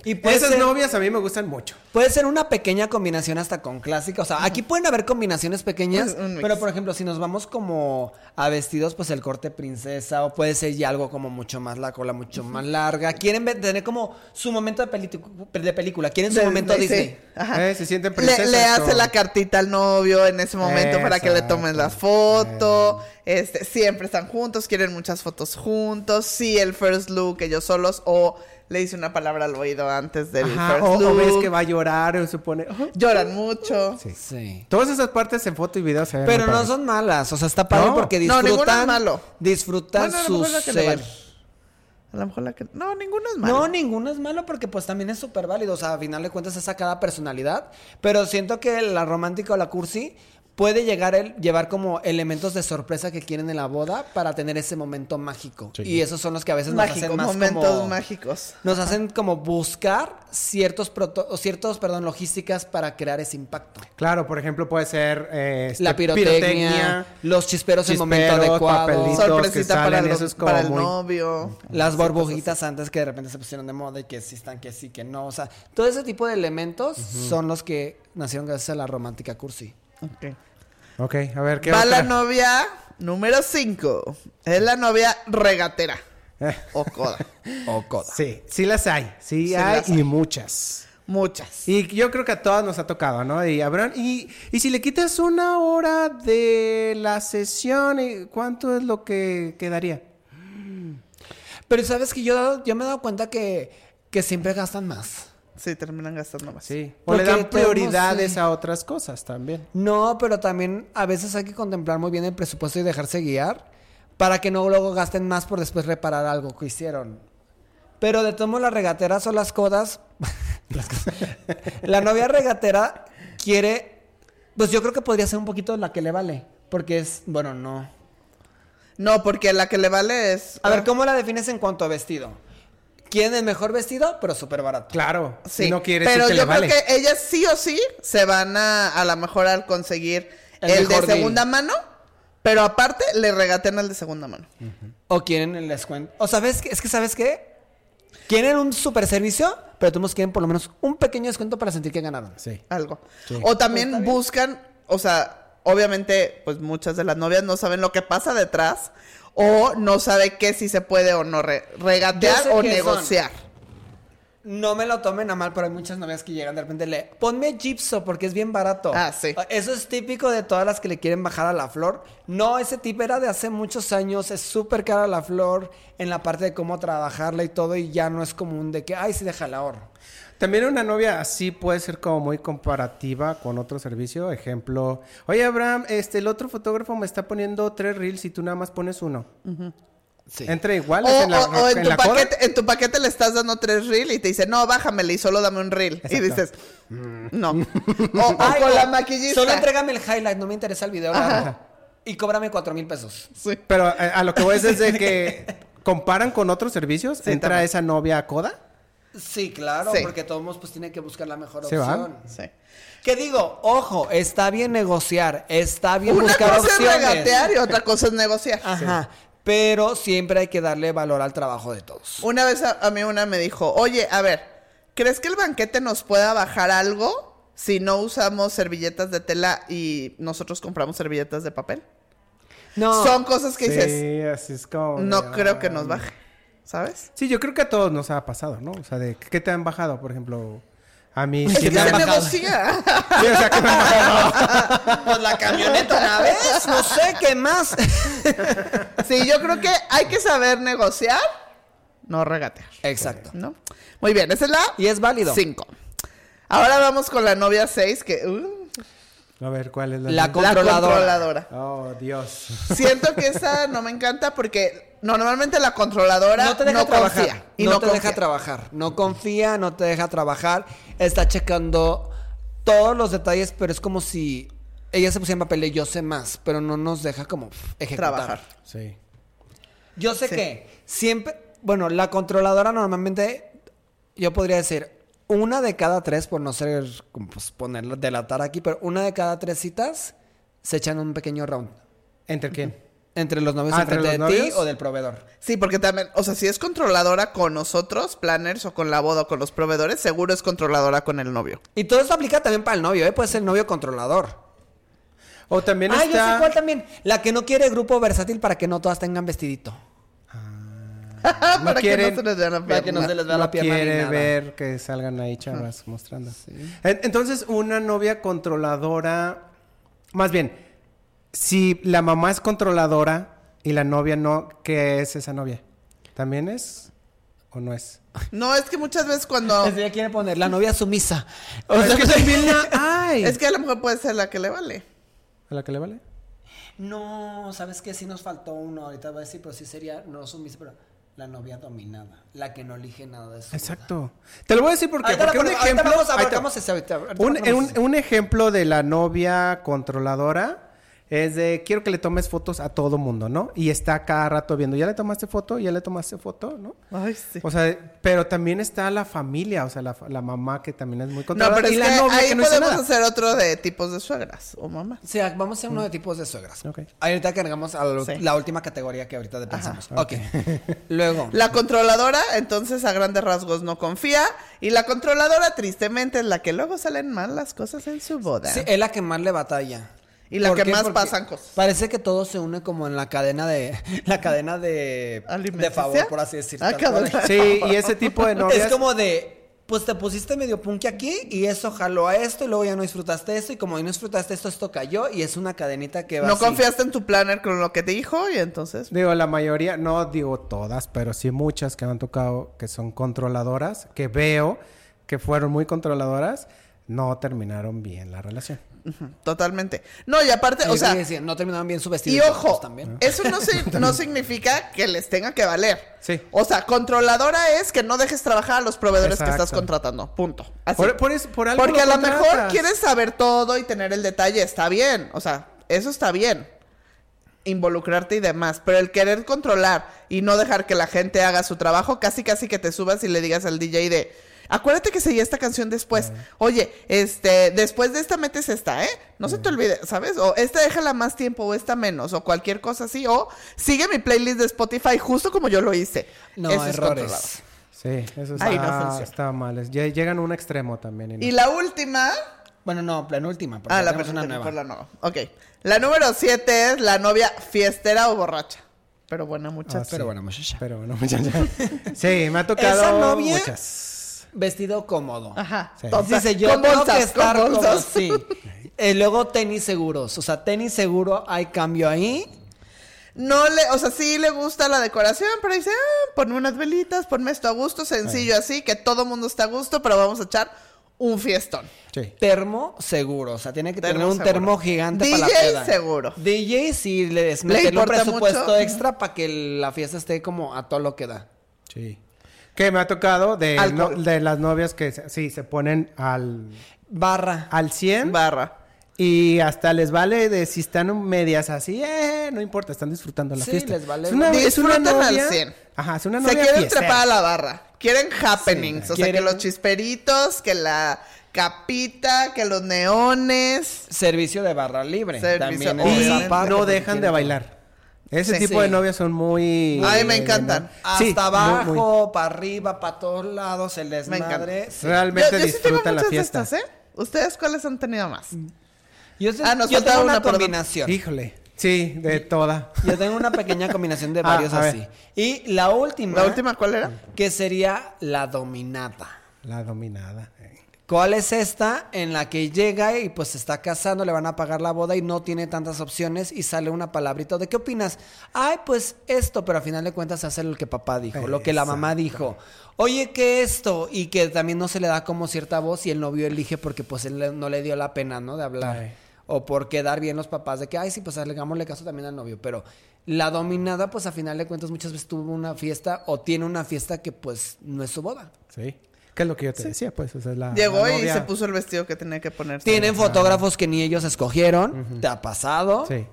Speaker 2: Y Y
Speaker 1: Pues
Speaker 2: puede
Speaker 1: Esas
Speaker 2: ser-
Speaker 1: novias a mí me gustan mucho.
Speaker 2: Puede ser una pequeña combinación hasta con clásica. O sea, aquí pueden haber combinaciones pequeñas,
Speaker 3: Pues, Un- un mix.
Speaker 2: pero por ejemplo, si nos vamos como a vestidos, pues el corte princesa, o puede ser ya algo como mucho más la cola, mucho más larga. Quieren ver- tener como su momento de, pelitu- de película, quieren su
Speaker 3: Del-
Speaker 2: momento
Speaker 3: sí,
Speaker 2: Disney.
Speaker 3: ajá.
Speaker 1: Eh, se sienten
Speaker 3: Le,
Speaker 1: princesas
Speaker 3: le hace
Speaker 1: o-
Speaker 3: la cartita al novio en ese momento para que le
Speaker 1: Exacto. Eh.
Speaker 3: tomen la foto. Este, siempre están juntos, quieren muchas fotos juntos. Sí, el first look, ellos solos, o le dice una palabra al oído antes del
Speaker 1: Ajá,
Speaker 3: first
Speaker 1: o,
Speaker 3: look.
Speaker 1: o ves que va a llorar, o supone. Ajá.
Speaker 3: Lloran mucho.
Speaker 1: Sí.
Speaker 2: Sí.
Speaker 1: Todas esas partes en foto y video se ven
Speaker 2: Pero
Speaker 1: muy
Speaker 2: no
Speaker 1: padres.
Speaker 2: son malas, o sea, está padre
Speaker 1: No.
Speaker 2: porque
Speaker 3: No, ninguno es
Speaker 2: disfrutan,
Speaker 3: malo.
Speaker 2: disfrutan
Speaker 3: Bueno, a lo
Speaker 2: su
Speaker 3: mejor la que le
Speaker 2: ser.
Speaker 3: vale. A lo mejor la que. No, ninguno es malo.
Speaker 2: No, ninguno es malo porque pues también es súper válido. O sea, a final de cuentas es a cada personalidad. Pero siento que la romántica o la cursi puede llegar el, llevar como elementos de sorpresa que quieren en la boda para tener ese momento mágico.
Speaker 1: Sí.
Speaker 2: Y esos son los que a veces nos
Speaker 3: Mágico,
Speaker 2: hacen más
Speaker 3: momentos
Speaker 2: como-
Speaker 3: mágicos.
Speaker 2: Nos hacen como buscar ciertos, proto- o ciertos perdón, logísticas para crear ese impacto.
Speaker 1: Claro, por ejemplo, puede ser. eh, este,
Speaker 2: La pirotecnia, los chisperos, en momento
Speaker 1: chisperos,
Speaker 2: adecuado.
Speaker 1: papelitos. Solitos que
Speaker 3: Sorpresita para
Speaker 1: salen,
Speaker 3: el,
Speaker 1: eso es como
Speaker 3: para el
Speaker 1: muy-
Speaker 3: novio.
Speaker 2: Las burbujitas antes que de repente se pusieron de moda y que sí están, que sí, que no. O sea, todo ese tipo de elementos son los que nacieron gracias a la romántica cursi.
Speaker 3: Ok.
Speaker 1: Ok, a ver, ¿qué
Speaker 3: Va la
Speaker 1: otra?
Speaker 3: novia número 5. Es la novia regatera.
Speaker 1: Eh,
Speaker 3: O coda.
Speaker 2: O coda.
Speaker 1: Sí, sí las hay. Sí,
Speaker 3: Sí
Speaker 1: hay
Speaker 3: las
Speaker 1: y
Speaker 3: hay.
Speaker 1: muchas.
Speaker 3: Muchas.
Speaker 1: Y yo creo que a todas nos ha tocado, ¿no? Y habrán, y, y si le quitas una hora de la sesión, ¿y ¿cuánto es lo que quedaría?
Speaker 2: Pero sabes que yo, yo me he dado cuenta que, que siempre gastan más.
Speaker 3: Sí, terminan gastando más.
Speaker 1: Sí. O
Speaker 2: Porque
Speaker 1: le dan
Speaker 2: tenemos,
Speaker 1: prioridades
Speaker 2: sí.
Speaker 1: a otras cosas también.
Speaker 2: No, pero también a veces hay que contemplar muy bien el presupuesto y dejarse guiar para que no luego gasten más por después reparar algo que hicieron. Pero de tomo las regateras o las codas. las codas. la novia regatera quiere. Pues yo creo que podría ser un poquito la que le vale. Porque es. Bueno, no.
Speaker 3: No, porque la que le vale es.
Speaker 2: A ver, ¿cómo la defines en cuanto a vestido? ¿Quién el mejor vestido? Pero súper barato.
Speaker 1: Claro.
Speaker 3: Sí.
Speaker 1: Si no quieres,
Speaker 3: Pero
Speaker 1: que
Speaker 3: yo
Speaker 1: le vale.
Speaker 3: creo que ellas sí o sí se van a, a lo mejor al conseguir
Speaker 2: El
Speaker 3: el,
Speaker 2: mejor
Speaker 3: de
Speaker 2: deal.
Speaker 3: segunda mano. Pero aparte le regatean al de segunda mano.
Speaker 2: O quieren el descuento. O sabes que es que sabes qué? Quieren un super servicio, pero todos quieren por lo menos un pequeño descuento para sentir que ganaron.
Speaker 1: Sí.
Speaker 3: Algo.
Speaker 1: Sí.
Speaker 3: O también buscan, o sea, obviamente, pues muchas de las novias no saben lo que pasa detrás. O no sabe qué si se puede o no re-
Speaker 2: Yo sé
Speaker 3: regatear o
Speaker 2: que son.
Speaker 3: negociar.
Speaker 2: No me lo tomen a mal, pero hay muchas novias que llegan de repente le ponme gipso porque es bien barato.
Speaker 3: Ah, sí.
Speaker 2: Eso es típico de todas las que le quieren bajar a la flor. No, ese tip era de hace muchos años, es súper cara la flor en la parte de cómo trabajarla y todo, y ya no es común de que, ay, sí, déjala ahorro.
Speaker 1: También una novia así puede ser como muy comparativa con otro servicio. Ejemplo, oye, Abraham, este, el otro fotógrafo me está poniendo tres reels y tú nada más pones uno.
Speaker 2: Sí.
Speaker 1: Entre
Speaker 3: O,
Speaker 1: iguales en la,
Speaker 3: o- o en,
Speaker 1: en
Speaker 3: tu
Speaker 1: la coda.
Speaker 3: paquete, en tu paquete le estás dando tres reel y te dice, no, bájamele y solo dame un reel. Y dices,
Speaker 1: Mm.
Speaker 3: no. O, o
Speaker 2: Ay,
Speaker 3: con
Speaker 2: no,
Speaker 3: la maquillista.
Speaker 2: Solo entrégame el highlight, no me interesa el video largo. Y cóbrame cuatro mil pesos.
Speaker 3: Sí.
Speaker 1: Pero eh, a, lo que voy es desde que comparan con otros servicios, entra
Speaker 3: también.
Speaker 1: esa novia a coda.
Speaker 2: Sí, claro,
Speaker 3: Sí.
Speaker 2: porque todos pues tienen que buscar la mejor
Speaker 1: Se van.
Speaker 2: opción.
Speaker 3: Sí.
Speaker 2: Que digo, ojo, está bien negociar, está bien
Speaker 3: Una
Speaker 2: buscar
Speaker 3: cosa
Speaker 2: opciones.
Speaker 3: es regatear y otra cosa es negociar.
Speaker 2: Ajá. Pero siempre hay que darle valor al trabajo de todos.
Speaker 3: Una vez a, a mí una me dijo, oye, a ver, ¿crees que el banquete nos pueda bajar algo si no usamos servilletas de tela y nosotros compramos servilletas de papel?
Speaker 2: No.
Speaker 3: Son cosas que dices,
Speaker 1: Sí, así es como.
Speaker 3: no creo que nos baje, ¿sabes?
Speaker 1: Sí, yo creo que a todos nos ha pasado, ¿no? O sea, de ¿qué te han bajado? Por ejemplo, a mí.
Speaker 3: Es
Speaker 1: sí
Speaker 3: que
Speaker 1: me
Speaker 3: se
Speaker 1: han bajado.
Speaker 3: negocia.
Speaker 1: Sí, o sea, que me han bajado.
Speaker 2: Pues la camioneta una vez, no sé qué más.
Speaker 3: Sí, yo creo que hay que saber negociar, no regatear,
Speaker 2: Exacto.
Speaker 3: ¿no? Muy bien, esa es la
Speaker 2: Y es válido.
Speaker 3: 5. Ahora vamos con la novia 6, que... uh,
Speaker 1: A ver, ¿cuál es la.
Speaker 2: La
Speaker 3: la
Speaker 2: Controladora.
Speaker 3: controladora.
Speaker 1: Oh, Dios.
Speaker 3: Siento que esa no me encanta porque normalmente la controladora no,
Speaker 2: No te deja trabajar.
Speaker 3: confía. Y
Speaker 2: no,
Speaker 3: no,
Speaker 2: te
Speaker 3: confía.
Speaker 2: deja trabajar. No confía, no te deja trabajar. Está checando todos los detalles, pero es como si ella se pusiera en papel de yo sé más, pero no nos deja como pff, ejecutar.
Speaker 3: Trabajar.
Speaker 1: Sí.
Speaker 2: Yo sé
Speaker 3: Sí.
Speaker 2: que siempre, bueno, la controladora normalmente, yo podría decir, una de cada tres, por no ser, como, pues, ponerla, delatar aquí, pero una de cada tres citas se echan un pequeño round.
Speaker 1: ¿Entre quién?
Speaker 2: Entre los novios
Speaker 1: Ah, ¿entre
Speaker 2: enfrente de
Speaker 1: los
Speaker 2: ti
Speaker 1: novios?
Speaker 2: o del proveedor.
Speaker 3: Sí, porque también, o sea, si es controladora con nosotros, planners o con la boda o con los proveedores, seguro es controladora con el novio.
Speaker 2: Y todo esto aplica también para el novio, ¿eh? Puede ser el novio controlador.
Speaker 1: O Oh, también
Speaker 2: Ah, yo
Speaker 1: está...
Speaker 2: sé cuál también. La que no quiere grupo versátil para que no todas tengan vestidito.
Speaker 3: para
Speaker 1: quieren-
Speaker 3: que no se les vean la
Speaker 2: para que
Speaker 3: pierna.
Speaker 2: no se les vea
Speaker 1: no
Speaker 2: la pierna ni
Speaker 1: quiere
Speaker 2: nada.
Speaker 1: ver que salgan ahí chavas mostrando. En- Entonces, una novia controladora. Más bien, si la mamá es controladora y la novia no, ¿qué es esa novia? ¿También es o no es?
Speaker 3: No, es que muchas veces cuando...
Speaker 2: Entonces ella quiere poner la novia sumisa. O
Speaker 1: Es
Speaker 2: sea,
Speaker 1: que también la hay.
Speaker 3: Es que a lo mejor puede ser la que le vale.
Speaker 1: ¿A la que le vale?
Speaker 2: No, ¿sabes qué? Sí nos faltó uno. Ahorita voy a decir, pero sí sería no sumisa, pero la novia dominada. La que no elige nada de eso.
Speaker 1: Exacto. Te lo voy a decir porque,
Speaker 2: Ahorita,
Speaker 1: porque
Speaker 2: la
Speaker 1: un
Speaker 2: ponemos- ahorita
Speaker 1: ejemplo.
Speaker 2: vamos,
Speaker 1: ahí te-
Speaker 2: abarcamos ese ahorita, ahorita
Speaker 1: Un,
Speaker 2: abarcamos
Speaker 1: un-
Speaker 2: ese.
Speaker 1: un ejemplo de la novia controladora es de quiero que le tomes fotos a todo mundo, ¿no? Y está cada rato viendo, ya le tomaste foto, ya le tomaste foto, ¿no?
Speaker 3: Ay, sí.
Speaker 1: O sea, pero también está la familia, o sea, la, la mamá que también es muy
Speaker 3: No,
Speaker 1: controladora.
Speaker 3: pero
Speaker 1: y
Speaker 3: es
Speaker 1: la
Speaker 3: que
Speaker 1: novia
Speaker 3: ahí
Speaker 1: que no hizo
Speaker 3: podemos
Speaker 1: nada.
Speaker 3: hacer otro de tipos de suegras o mamás.
Speaker 2: O sea, vamos a hacer uno de tipos de suegras.
Speaker 1: Ok.
Speaker 2: Ahorita cargamos a lo-
Speaker 3: Sí.
Speaker 2: la última categoría que ahorita pensamos. ok. Luego.
Speaker 3: La controladora, entonces, a grandes rasgos no confía. Y la controladora, tristemente, es la que luego salen mal las cosas en su boda.
Speaker 2: Sí, es la que más le batalla.
Speaker 3: Y la
Speaker 2: ¿Por
Speaker 3: que
Speaker 2: qué?
Speaker 3: más
Speaker 2: Porque
Speaker 3: pasan cosas.
Speaker 2: Parece que todo se une como en la cadena de. La cadena de. De
Speaker 3: ¿Alimenticia?
Speaker 2: favor, por así decirlo.
Speaker 3: Ah,
Speaker 2: tal cual.
Speaker 3: cabrón.
Speaker 1: Sí, y ese tipo de novias.
Speaker 2: Es como de. Pues te pusiste medio punk aquí y eso jaló a esto y luego ya no disfrutaste esto y como ya no disfrutaste esto, esto cayó y es una cadenita que va
Speaker 3: No
Speaker 2: así.
Speaker 3: confiaste en tu planner con lo que te dijo y entonces...
Speaker 1: Digo, la mayoría, no digo todas, pero sí muchas que me han tocado que son controladoras, que veo que fueron muy controladoras, no terminaron bien la relación.
Speaker 3: ujú, mm, Totalmente. No, y aparte,
Speaker 2: Sí,
Speaker 3: o sea...
Speaker 2: sí, sí, no terminaron bien su vestido.
Speaker 3: Y
Speaker 2: entonces,
Speaker 3: ojo,
Speaker 2: pues, también.
Speaker 3: eso no, si- no significa que les tenga que valer.
Speaker 1: Sí.
Speaker 3: O sea, controladora es que no dejes trabajar a los proveedores que estás
Speaker 1: Exacto.
Speaker 3: contratando. Punto. Así.
Speaker 1: Por- por eso- por algo
Speaker 3: Porque
Speaker 1: lo
Speaker 3: a lo mejor
Speaker 1: contratas.
Speaker 3: quieres saber todo y tener el detalle. Está bien. O sea, eso está bien. Involucrarte y demás. Pero el querer controlar y no dejar que la gente haga su trabajo, casi casi que te subas y le digas al DJ de. Acuérdate que seguía esta canción después. Oye, este, después de esta metes esta, ¿eh? No se te olvide, ¿sabes? O esta déjala más tiempo o esta menos o cualquier cosa así. O sigue mi playlist de Spotify justo como yo lo hice.
Speaker 2: No,
Speaker 3: Eso es controlado.
Speaker 2: errores.
Speaker 1: Sí, eso está,
Speaker 3: Ahí no funciona.
Speaker 1: está mal. Es- lle- llegan a un extremo también. y no.
Speaker 3: Y la última,
Speaker 2: Bueno, no, penúltima. porque
Speaker 3: Ah, la
Speaker 2: tenemos
Speaker 3: persona
Speaker 2: una
Speaker 3: nueva.
Speaker 2: nueva.
Speaker 3: la nueva. Ok. La número 7 es la novia fiestera o borracha. Pero buena muchacha.
Speaker 1: Ah, sí.
Speaker 2: Pero bueno, muchacha.
Speaker 1: Pero bueno, muchacha. Sí, me ha tocado
Speaker 2: Esa novia-
Speaker 1: muchas.
Speaker 2: Vestido cómodo.
Speaker 3: Ajá.
Speaker 1: Sí.
Speaker 3: Total.
Speaker 2: Dice, yo
Speaker 3: con
Speaker 2: tengo
Speaker 3: bolsas,
Speaker 2: que estar
Speaker 3: con
Speaker 2: como
Speaker 3: bolsas.
Speaker 2: así. Eh, luego tenis seguros. O sea, tenis seguro, hay cambio ahí.
Speaker 3: No le, o sea, sí le gusta la decoración, pero dice, ah, ponme unas velitas, ponme esto a gusto, sencillo así, que todo mundo está a gusto, pero vamos a echar un fiestón.
Speaker 1: Sí.
Speaker 2: Termo seguro. O sea, tiene que
Speaker 3: Termo
Speaker 2: tener un
Speaker 3: seguro.
Speaker 2: termo gigante para la
Speaker 3: DJ
Speaker 2: peda.
Speaker 3: seguro.
Speaker 2: DJ sí les
Speaker 3: ¿Le
Speaker 2: meterle un
Speaker 3: importa
Speaker 2: presupuesto
Speaker 3: mucho?
Speaker 2: extra para que el- la fiesta esté como a todo lo que da.
Speaker 1: Sí. Que me ha tocado de,
Speaker 3: Alcohol.
Speaker 1: no- de las novias que se- sí se ponen al,
Speaker 2: Barra.
Speaker 3: Ah.
Speaker 1: al 100
Speaker 3: Barra.
Speaker 1: y hasta les vale de si están medias así, eh, no importa, están disfrutando la
Speaker 2: Sí,
Speaker 1: fiesta.
Speaker 2: les vale.
Speaker 1: Es una, es una
Speaker 3: Disfrutan al
Speaker 1: novia.
Speaker 3: 100.
Speaker 1: Ajá, es una
Speaker 3: Se
Speaker 1: novia.
Speaker 3: quieren
Speaker 1: fiestera.
Speaker 3: trepar a la barra. Quieren happenings. o sea,
Speaker 2: quieren-
Speaker 3: que los chisperitos, que la capita, que los neones.
Speaker 2: Servicio de barra libre.
Speaker 3: Servicio,
Speaker 2: También
Speaker 1: Y
Speaker 2: esa
Speaker 3: obviamente.
Speaker 2: parte,
Speaker 1: no
Speaker 2: porque
Speaker 1: dejan de
Speaker 2: quieren-
Speaker 1: bailar. Ese
Speaker 3: Sí,
Speaker 1: tipo
Speaker 3: sí.
Speaker 1: de novias son muy.
Speaker 3: Ay, me
Speaker 1: eh,
Speaker 3: encantan.
Speaker 1: ¿no?
Speaker 2: Hasta
Speaker 1: Sí,
Speaker 2: abajo,
Speaker 1: muy- muy-
Speaker 2: para arriba, para todos lados, el
Speaker 3: encanta.
Speaker 2: desmadre. Sí.
Speaker 1: Realmente
Speaker 3: Yo- yo sí tengo
Speaker 1: disfrutan la
Speaker 3: muchas de
Speaker 1: fiesta.
Speaker 3: estas, ¿eh? ¿Ustedes cuáles han tenido más?
Speaker 2: Yo, sé-
Speaker 3: Ah, nos
Speaker 2: yo
Speaker 3: falta
Speaker 2: tengo una,
Speaker 3: una, perdón.
Speaker 2: combinación.
Speaker 1: Híjole. Sí, de toda.
Speaker 2: Yo tengo una pequeña combinación de
Speaker 1: Ah,
Speaker 2: varios
Speaker 1: a ver.
Speaker 2: así. Y la última,
Speaker 3: ¿La última cuál era?
Speaker 2: que sería la dominada.
Speaker 1: La dominada. eh.
Speaker 2: ¿Cuál es esta en la que llega y pues se está casando, le van a pagar la boda y no tiene tantas opciones y sale una palabrita de qué opinas? Ay, pues esto, pero al final de cuentas se hace lo que papá dijo, lo que la mamá dijo. Oye, que esto y que también no se le da como cierta voz y el novio elige porque pues él no le dio la pena, ¿no? De hablar.
Speaker 1: Ay.
Speaker 2: O por quedar bien los papás de que, ay, sí, pues hagámosle caso también al novio. Pero la dominada, pues a final de cuentas muchas veces tuvo una fiesta o tiene una fiesta que pues no es su boda.
Speaker 1: Sí. ¿Qué es lo que yo te decía? Pues, o sea, la.
Speaker 3: Llegó
Speaker 1: la
Speaker 3: y
Speaker 1: novia-
Speaker 3: se puso el vestido que tenía que ponerse.
Speaker 2: Tienen fotógrafos que ni ellos escogieron. ¿Te ha pasado?
Speaker 1: Sí.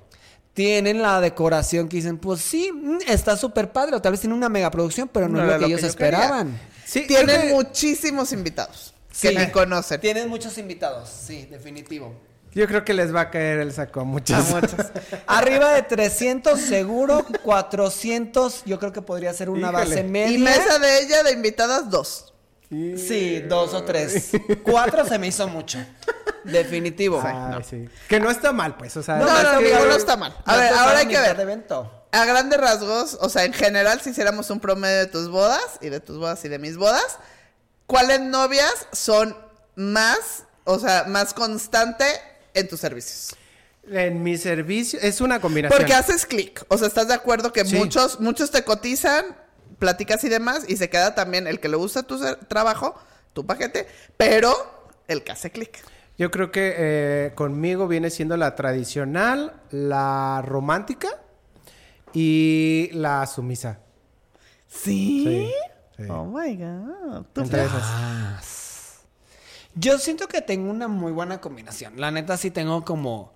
Speaker 2: Tienen la decoración que dicen, pues sí, mm, está súper padre. O tal vez tiene una megaproducción, pero no,
Speaker 3: No
Speaker 2: es lo
Speaker 3: era
Speaker 2: que
Speaker 3: lo
Speaker 2: ellos
Speaker 3: que yo quería.
Speaker 2: esperaban.
Speaker 1: Sí,
Speaker 3: Tienen
Speaker 1: creo que-
Speaker 3: muchísimos invitados que
Speaker 2: Sí.
Speaker 3: ni conocen.
Speaker 2: Tienen muchos invitados, sí, definitivo.
Speaker 1: Yo creo que les va a caer el saco a
Speaker 3: A
Speaker 1: muchas.
Speaker 3: muchas.
Speaker 2: Arriba de 300 seguro, 400 yo creo que podría ser una
Speaker 1: Híjole.
Speaker 2: base
Speaker 1: Y
Speaker 2: media.
Speaker 3: Y mesa de ella de invitadas, dos.
Speaker 2: Sí, dos o tres. Cuatro se me hizo mucho. Definitivo. Ah,
Speaker 1: Ay, sí. Que no está mal, pues. O sea,
Speaker 3: No,
Speaker 1: es
Speaker 3: no,
Speaker 1: que-
Speaker 3: digo, no está mal. A ver, ahora hay que ver.
Speaker 2: De evento.
Speaker 3: A grandes rasgos, o sea, en general, si hiciéramos un promedio de tus bodas y de tus bodas y de mis bodas, ¿cuáles novias son más, o sea, más constante en tus servicios?
Speaker 1: En mi servicio es una combinación.
Speaker 3: Porque haces clic, o sea, estás de acuerdo que
Speaker 1: Sí.
Speaker 3: muchos, muchos te cotizan, platicas y demás, y se queda también el que le gusta tu ser- trabajo, tu paquete, pero el que hace clic.
Speaker 1: Yo creo que eh, conmigo viene siendo la tradicional, la romántica y la sumisa. Sí,
Speaker 3: ¿Sí?
Speaker 1: sí.
Speaker 3: Oh Ah. my God. Tú-
Speaker 1: Entre esas.
Speaker 2: Yo siento que tengo una muy buena combinación. La neta sí tengo como...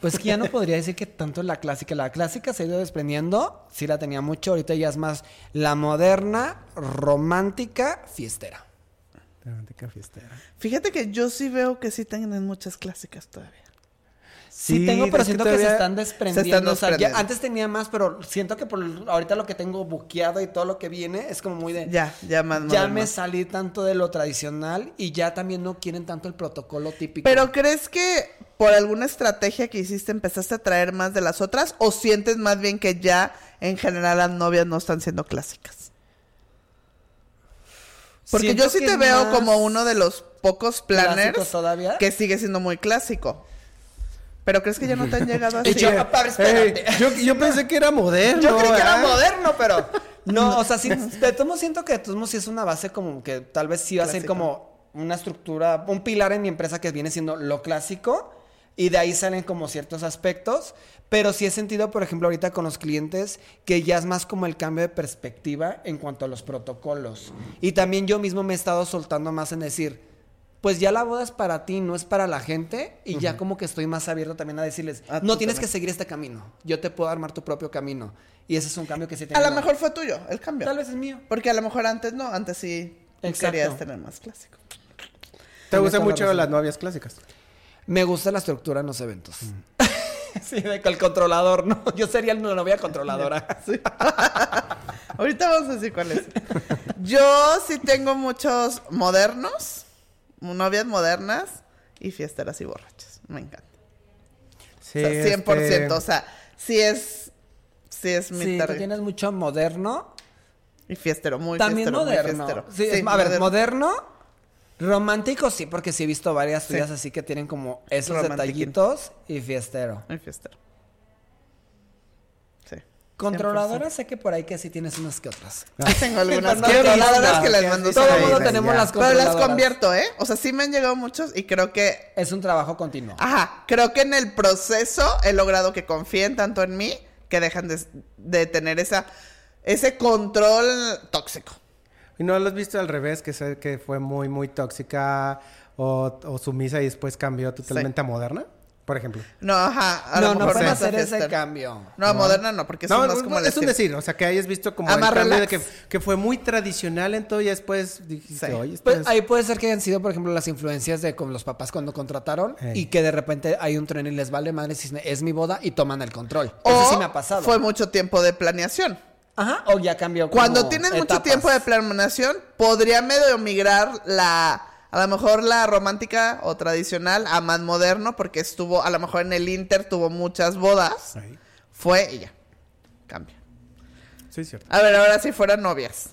Speaker 2: Pues que ya no podría decir que tanto la clásica. La clásica se ha ido desprendiendo. Sí la tenía mucho. Ahorita ya es más la moderna, romántica, fiestera.
Speaker 1: Romántica fiestera.
Speaker 3: Fíjate que yo sí veo que sí tienen muchas clásicas todavía.
Speaker 2: Sí,
Speaker 1: Sí,
Speaker 2: tengo, pero
Speaker 1: es que
Speaker 2: siento que, se
Speaker 1: todavía
Speaker 2: están desprendiendo. o sea, ya
Speaker 3: desprendiendo.
Speaker 2: antes tenía más, pero siento que por ahorita lo que tengo buqueado y todo lo que viene es como muy de...
Speaker 3: Ya, ya más
Speaker 2: Ya
Speaker 3: moderno.
Speaker 2: me salí tanto de lo tradicional y ya también no quieren tanto el protocolo típico.
Speaker 3: Pero ¿crees que por alguna estrategia que hiciste empezaste a traer más de las otras o sientes más bien que ya en general las novias no están siendo clásicas? Porque
Speaker 2: Siento
Speaker 3: yo sí
Speaker 2: que
Speaker 3: te
Speaker 2: es
Speaker 3: veo
Speaker 2: más
Speaker 3: como uno de los pocos
Speaker 2: clásico
Speaker 3: planners
Speaker 2: todavía.
Speaker 3: que sigue siendo muy clásico. Pero ¿crees que ya no te han llegado así?
Speaker 2: Y yo, papá, espérate.
Speaker 1: Ey, yo, yo pensé que era moderno.
Speaker 2: Yo creí que era
Speaker 1: ¿eh?
Speaker 2: moderno, pero. No, o sea, sí, de todos modos siento que de todos modos sí es una base como que tal vez sí va a ser
Speaker 3: Clásico.
Speaker 2: como una estructura, un pilar en mi empresa que viene siendo lo clásico. Y de ahí salen como ciertos aspectos. Pero sí he sentido, por ejemplo, ahorita con los clientes, que ya es más como el cambio de perspectiva en cuanto a los protocolos. Y también yo mismo me he estado soltando más en decir. Pues ya la boda es para ti, no es para la gente. Y ya como que estoy más abierto también a decirles,
Speaker 3: Ah,
Speaker 2: no
Speaker 3: tú
Speaker 2: tienes
Speaker 3: también.
Speaker 2: que seguir este camino. Yo te puedo armar tu propio camino. Y ese es un cambio que sí
Speaker 3: A
Speaker 2: tiene.
Speaker 3: lo mejor fue tuyo el cambio.
Speaker 2: Tal vez es mío.
Speaker 3: Porque a lo mejor antes no, antes sí tú
Speaker 2: Exacto.
Speaker 3: querías tener más clásico.
Speaker 1: ¿Te
Speaker 2: Tienes
Speaker 1: gustan
Speaker 2: toda
Speaker 1: mucho
Speaker 2: la razón.
Speaker 1: las novias clásicas?
Speaker 2: Me gusta la estructura en los eventos. sí, de que el controlador, ¿no? Yo sería la novia controladora.
Speaker 3: Sí. Ahorita vamos a decir cuál es. Yo sí tengo muchos modernos, novias modernas y fiesteras y borrachas. Me encanta.
Speaker 1: Sí.
Speaker 3: o sea, 100%.
Speaker 1: este,
Speaker 3: O sea, sí es, sí es mi
Speaker 2: Sí, tú
Speaker 3: target.
Speaker 2: tienes mucho moderno.
Speaker 3: Y fiestero, muy
Speaker 2: también
Speaker 3: fiestero, muy
Speaker 2: moderno.
Speaker 3: fiestero.
Speaker 2: Sí, es- a ver, moderno. Romántico sí, porque sí he visto varias tuyas así que tienen como esos
Speaker 3: Romantiquín.
Speaker 2: detallitos y fiestero.
Speaker 3: Muy fiestero. Sí.
Speaker 2: Controladora sé que por ahí que sí tienes unas que otras.
Speaker 3: Sí tengo algunas
Speaker 2: Pero no
Speaker 3: controladoras
Speaker 2: todas,
Speaker 3: que les
Speaker 1: ¿no?
Speaker 3: mando
Speaker 1: Sí,
Speaker 2: Ah. Todo el
Speaker 1: sí,
Speaker 2: mundo
Speaker 1: sí,
Speaker 2: tenemos
Speaker 1: ya.
Speaker 2: las
Speaker 3: Pero las
Speaker 2: controladoras.
Speaker 3: convierto, ¿eh? O sea, sí me han llegado muchos y creo que
Speaker 2: Es un trabajo continuo.
Speaker 3: Ajá, creo que en el proceso he logrado que confíen tanto en mí que dejan de, de tener esa, ese control tóxico.
Speaker 1: ¿Y no lo has visto al revés? Que, sé que fue muy, muy tóxica o, o sumisa y después cambió totalmente a moderna, por ejemplo.
Speaker 3: No, ajá. a lo
Speaker 2: no, no
Speaker 3: mejor
Speaker 2: pueden
Speaker 3: más
Speaker 2: hacer ese
Speaker 3: fiestero.
Speaker 2: cambio.
Speaker 3: No, moderna no, porque
Speaker 1: no,
Speaker 3: son más
Speaker 1: no,
Speaker 3: como el
Speaker 1: es un
Speaker 3: estilo.
Speaker 1: decir, o sea, que hayas visto como
Speaker 3: Ah,
Speaker 1: el
Speaker 3: más
Speaker 1: cambio de que,
Speaker 3: relax.
Speaker 1: que fue muy tradicional en todo y después dijiste,
Speaker 3: Sí.
Speaker 1: oye, esto
Speaker 2: Pues
Speaker 1: es-
Speaker 2: ahí puede ser que hayan sido, por ejemplo, las influencias de con los papás cuando contrataron
Speaker 1: Ey.
Speaker 2: y que de repente hay un tren y les vale madre si es mi boda y toman el control.
Speaker 3: O
Speaker 2: Eso sí me ha pasado.
Speaker 3: fue mucho tiempo de planeación.
Speaker 2: Ajá, o ya cambió. como
Speaker 3: Cuando tienes mucho
Speaker 2: etapas.
Speaker 3: tiempo de planeación, podría medio migrar la, a lo mejor la romántica o tradicional a más moderno, porque estuvo, a lo mejor en el Inter tuvo muchas bodas.
Speaker 1: Ahí.
Speaker 3: Fue y ya. Cambia.
Speaker 1: Sí, es cierto.
Speaker 3: A ver, ahora si fueran novias.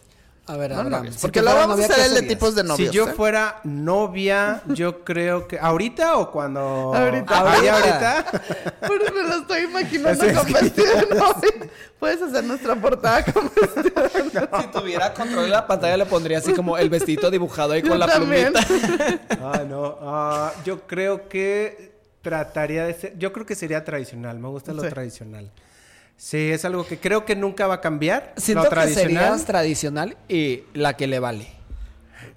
Speaker 2: A ver,
Speaker 3: No,
Speaker 2: Abraham,
Speaker 3: novias.
Speaker 2: si
Speaker 3: Porque
Speaker 2: tú
Speaker 3: luego
Speaker 2: fueras
Speaker 3: vamos a
Speaker 2: novia,
Speaker 3: hacer
Speaker 2: ¿qué
Speaker 3: el de
Speaker 2: serías?
Speaker 3: tipos de novios.
Speaker 1: si yo
Speaker 3: ¿eh?
Speaker 1: fuera novia, yo creo que... ¿Ahorita o cuando...?
Speaker 3: Ahorita.
Speaker 1: Ah, ¿ya
Speaker 2: Ahorita.
Speaker 1: ahorita?
Speaker 3: Pero me lo estoy imaginando
Speaker 1: Es
Speaker 3: con
Speaker 1: que-
Speaker 3: vestido de novia. Puedes hacer nuestra portada con vestido de novia.
Speaker 2: Si tuviera control de la pantalla le pondría así como el vestido dibujado ahí con
Speaker 3: Yo
Speaker 2: la
Speaker 3: también.
Speaker 2: plumita.
Speaker 1: Ah, no. ah, yo creo que trataría de ser. Yo creo que sería tradicional. Me gusta lo
Speaker 3: Sí.
Speaker 1: tradicional. Sí, es algo que creo que nunca va a cambiar.
Speaker 2: Siento
Speaker 1: lo
Speaker 2: que
Speaker 1: tradicional.
Speaker 2: serías tradicional y la que le vale.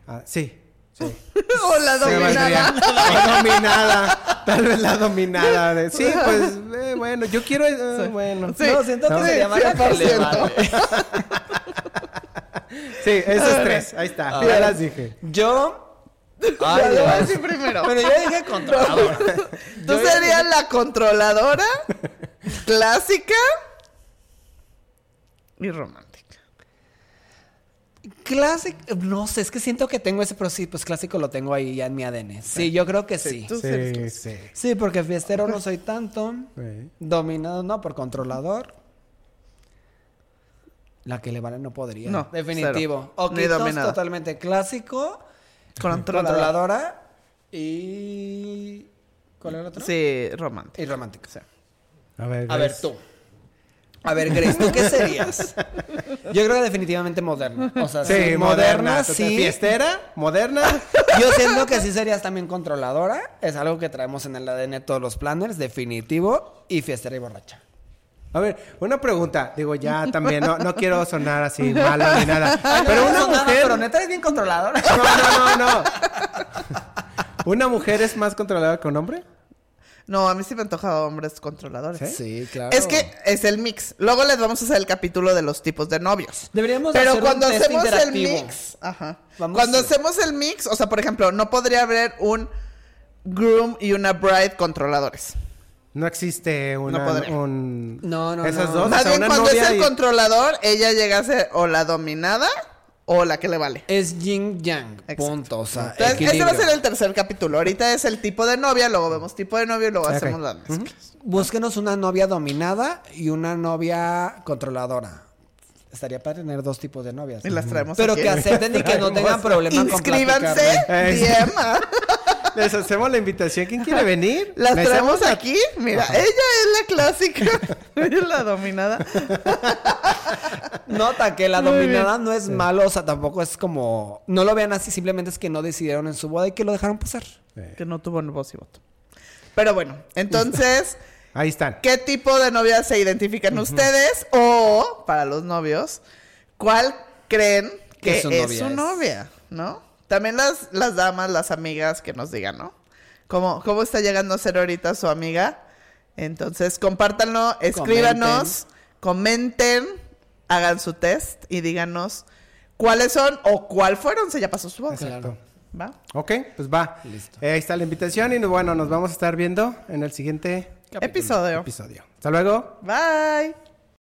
Speaker 1: Ah, sí. Sí.
Speaker 3: O la
Speaker 1: Se valdría.
Speaker 3: dominada.
Speaker 1: La dominada. Tal vez la dominada. de- Sí, pues eh, bueno, yo quiero. eh, Bueno.
Speaker 3: Sí.
Speaker 2: no, siento que
Speaker 3: Sí,
Speaker 2: sería más la que le
Speaker 3: 100%.
Speaker 2: vale.
Speaker 1: Sí, esos tres. Ahí está.
Speaker 2: A
Speaker 1: Ya
Speaker 2: ver.
Speaker 1: las dije.
Speaker 2: Yo
Speaker 3: Yo lo voy a decir primero.
Speaker 2: Pero yo dije controlador.
Speaker 3: Tú serías la controladora clásica y romántica.
Speaker 2: Clásico, no sé, es que siento que tengo ese, pero sí, pues clásico lo tengo ahí ya en mi ADN. Sí, yo creo que sí.
Speaker 3: Tú serías
Speaker 1: Sí, sí.
Speaker 2: Sí, porque fiestero no soy tanto.
Speaker 1: Sí.
Speaker 2: Dominado no, por controlador. La que le vale no podría.
Speaker 3: No,
Speaker 2: Definitivo.
Speaker 3: cero.
Speaker 2: O
Speaker 3: Ni
Speaker 2: quitos
Speaker 3: dominada.
Speaker 2: totalmente clásico.
Speaker 3: controladora.
Speaker 2: Controladora. Y. ¿Cuál era el otro?
Speaker 3: Sí, romántica.
Speaker 2: Y romántico.
Speaker 1: A ver,
Speaker 2: A ver,
Speaker 1: Grace.
Speaker 2: tú. A ver, Grace, ¿tú qué serías? Yo creo que definitivamente moderna. O sea,
Speaker 1: Sí,
Speaker 2: sí, moderna,
Speaker 1: o sea,
Speaker 2: sí.
Speaker 1: Fiestera, moderna.
Speaker 2: Yo siento que sí serías también controladora. Es algo que traemos en el ADN todos los planners, definitivo. Y fiestera y borracha.
Speaker 1: A ver, una pregunta. Digo, ya también, no, no quiero sonar así mala ni nada.
Speaker 3: Ah,
Speaker 1: Pero una
Speaker 2: No, no,
Speaker 1: mujer.
Speaker 2: Pero neta es bien controladora.
Speaker 1: No, no, no, no. ¿Una mujer es más controlada que un hombre?
Speaker 3: No, a mí sí me antoja hombres controladores.
Speaker 2: Sí, claro.
Speaker 3: Es que es el mix. Luego les vamos a hacer el capítulo de los tipos de novios.
Speaker 2: Deberíamos
Speaker 3: Pero
Speaker 2: hacer
Speaker 3: cuando
Speaker 2: un test
Speaker 3: hacemos el
Speaker 2: interactivo.
Speaker 3: mix, ajá.
Speaker 2: Vamos
Speaker 3: cuando
Speaker 2: a-
Speaker 3: hacemos el mix, o sea, por ejemplo, no podría haber un groom y una bride controladores.
Speaker 1: No existe una.
Speaker 3: No podría.
Speaker 1: un-
Speaker 2: No, no,
Speaker 1: Esas
Speaker 2: no.
Speaker 1: dos.
Speaker 3: Más
Speaker 1: o sea,
Speaker 3: bien
Speaker 1: una
Speaker 3: cuando
Speaker 1: novia
Speaker 3: es el
Speaker 1: y-
Speaker 3: controlador, ella llega a ser o la dominada o la que le vale.
Speaker 2: Es yin yang.
Speaker 3: Exacto.
Speaker 2: Punto. O
Speaker 1: Ah,
Speaker 2: sea,
Speaker 3: Entonces, ese va a
Speaker 2: equilibrio.
Speaker 3: ser el tercer capítulo. Ahorita es el tipo de novia, luego vemos tipo de novio y luego
Speaker 1: Ok.
Speaker 3: hacemos las mezclas.
Speaker 2: Búsquenos una novia dominada y una novia controladora. Estaría para tener dos tipos de novias.
Speaker 3: Y las traemos
Speaker 2: Pero
Speaker 3: aquí.
Speaker 2: que acepten y que no tengan problema con
Speaker 3: Inscríbanse,
Speaker 2: platicarlo.
Speaker 1: Eh, sí.
Speaker 3: DM. ah.
Speaker 1: Les hacemos la invitación. ¿Quién quiere venir?
Speaker 3: Las
Speaker 1: Les
Speaker 3: traemos
Speaker 1: hacemos la-
Speaker 3: aquí. Mira, ella es la clásica. ella es la dominada.
Speaker 2: Nota que la dominada no es malo, o sea, tampoco es como... No lo vean así, simplemente es que no decidieron en su boda y que lo dejaron pasar.
Speaker 1: Eh,
Speaker 3: Que no tuvo voz y voto. Pero bueno, entonces,
Speaker 1: Ahí están.
Speaker 3: ¿qué tipo de novia se identifican ustedes? O, para los novios, ¿cuál creen que
Speaker 2: Que
Speaker 3: es su
Speaker 2: su
Speaker 3: novia?
Speaker 2: novia es.
Speaker 3: ¿No? También las, las damas, las amigas que nos digan, ¿no? ¿Cómo, ¿Cómo está llegando a ser ahorita su amiga? Entonces, compártanlo, escríbanos, comenten, hagan su test y díganos cuáles son o cuál fueron si ya pasó su voz.
Speaker 1: Exacto.
Speaker 3: ¿Va?
Speaker 1: Ok, pues va.
Speaker 2: Listo.
Speaker 1: Eh, ahí está la invitación. Y bueno, nos vamos a estar viendo en el siguiente
Speaker 3: Episodio.
Speaker 1: episodio. Hasta luego.
Speaker 3: Bye.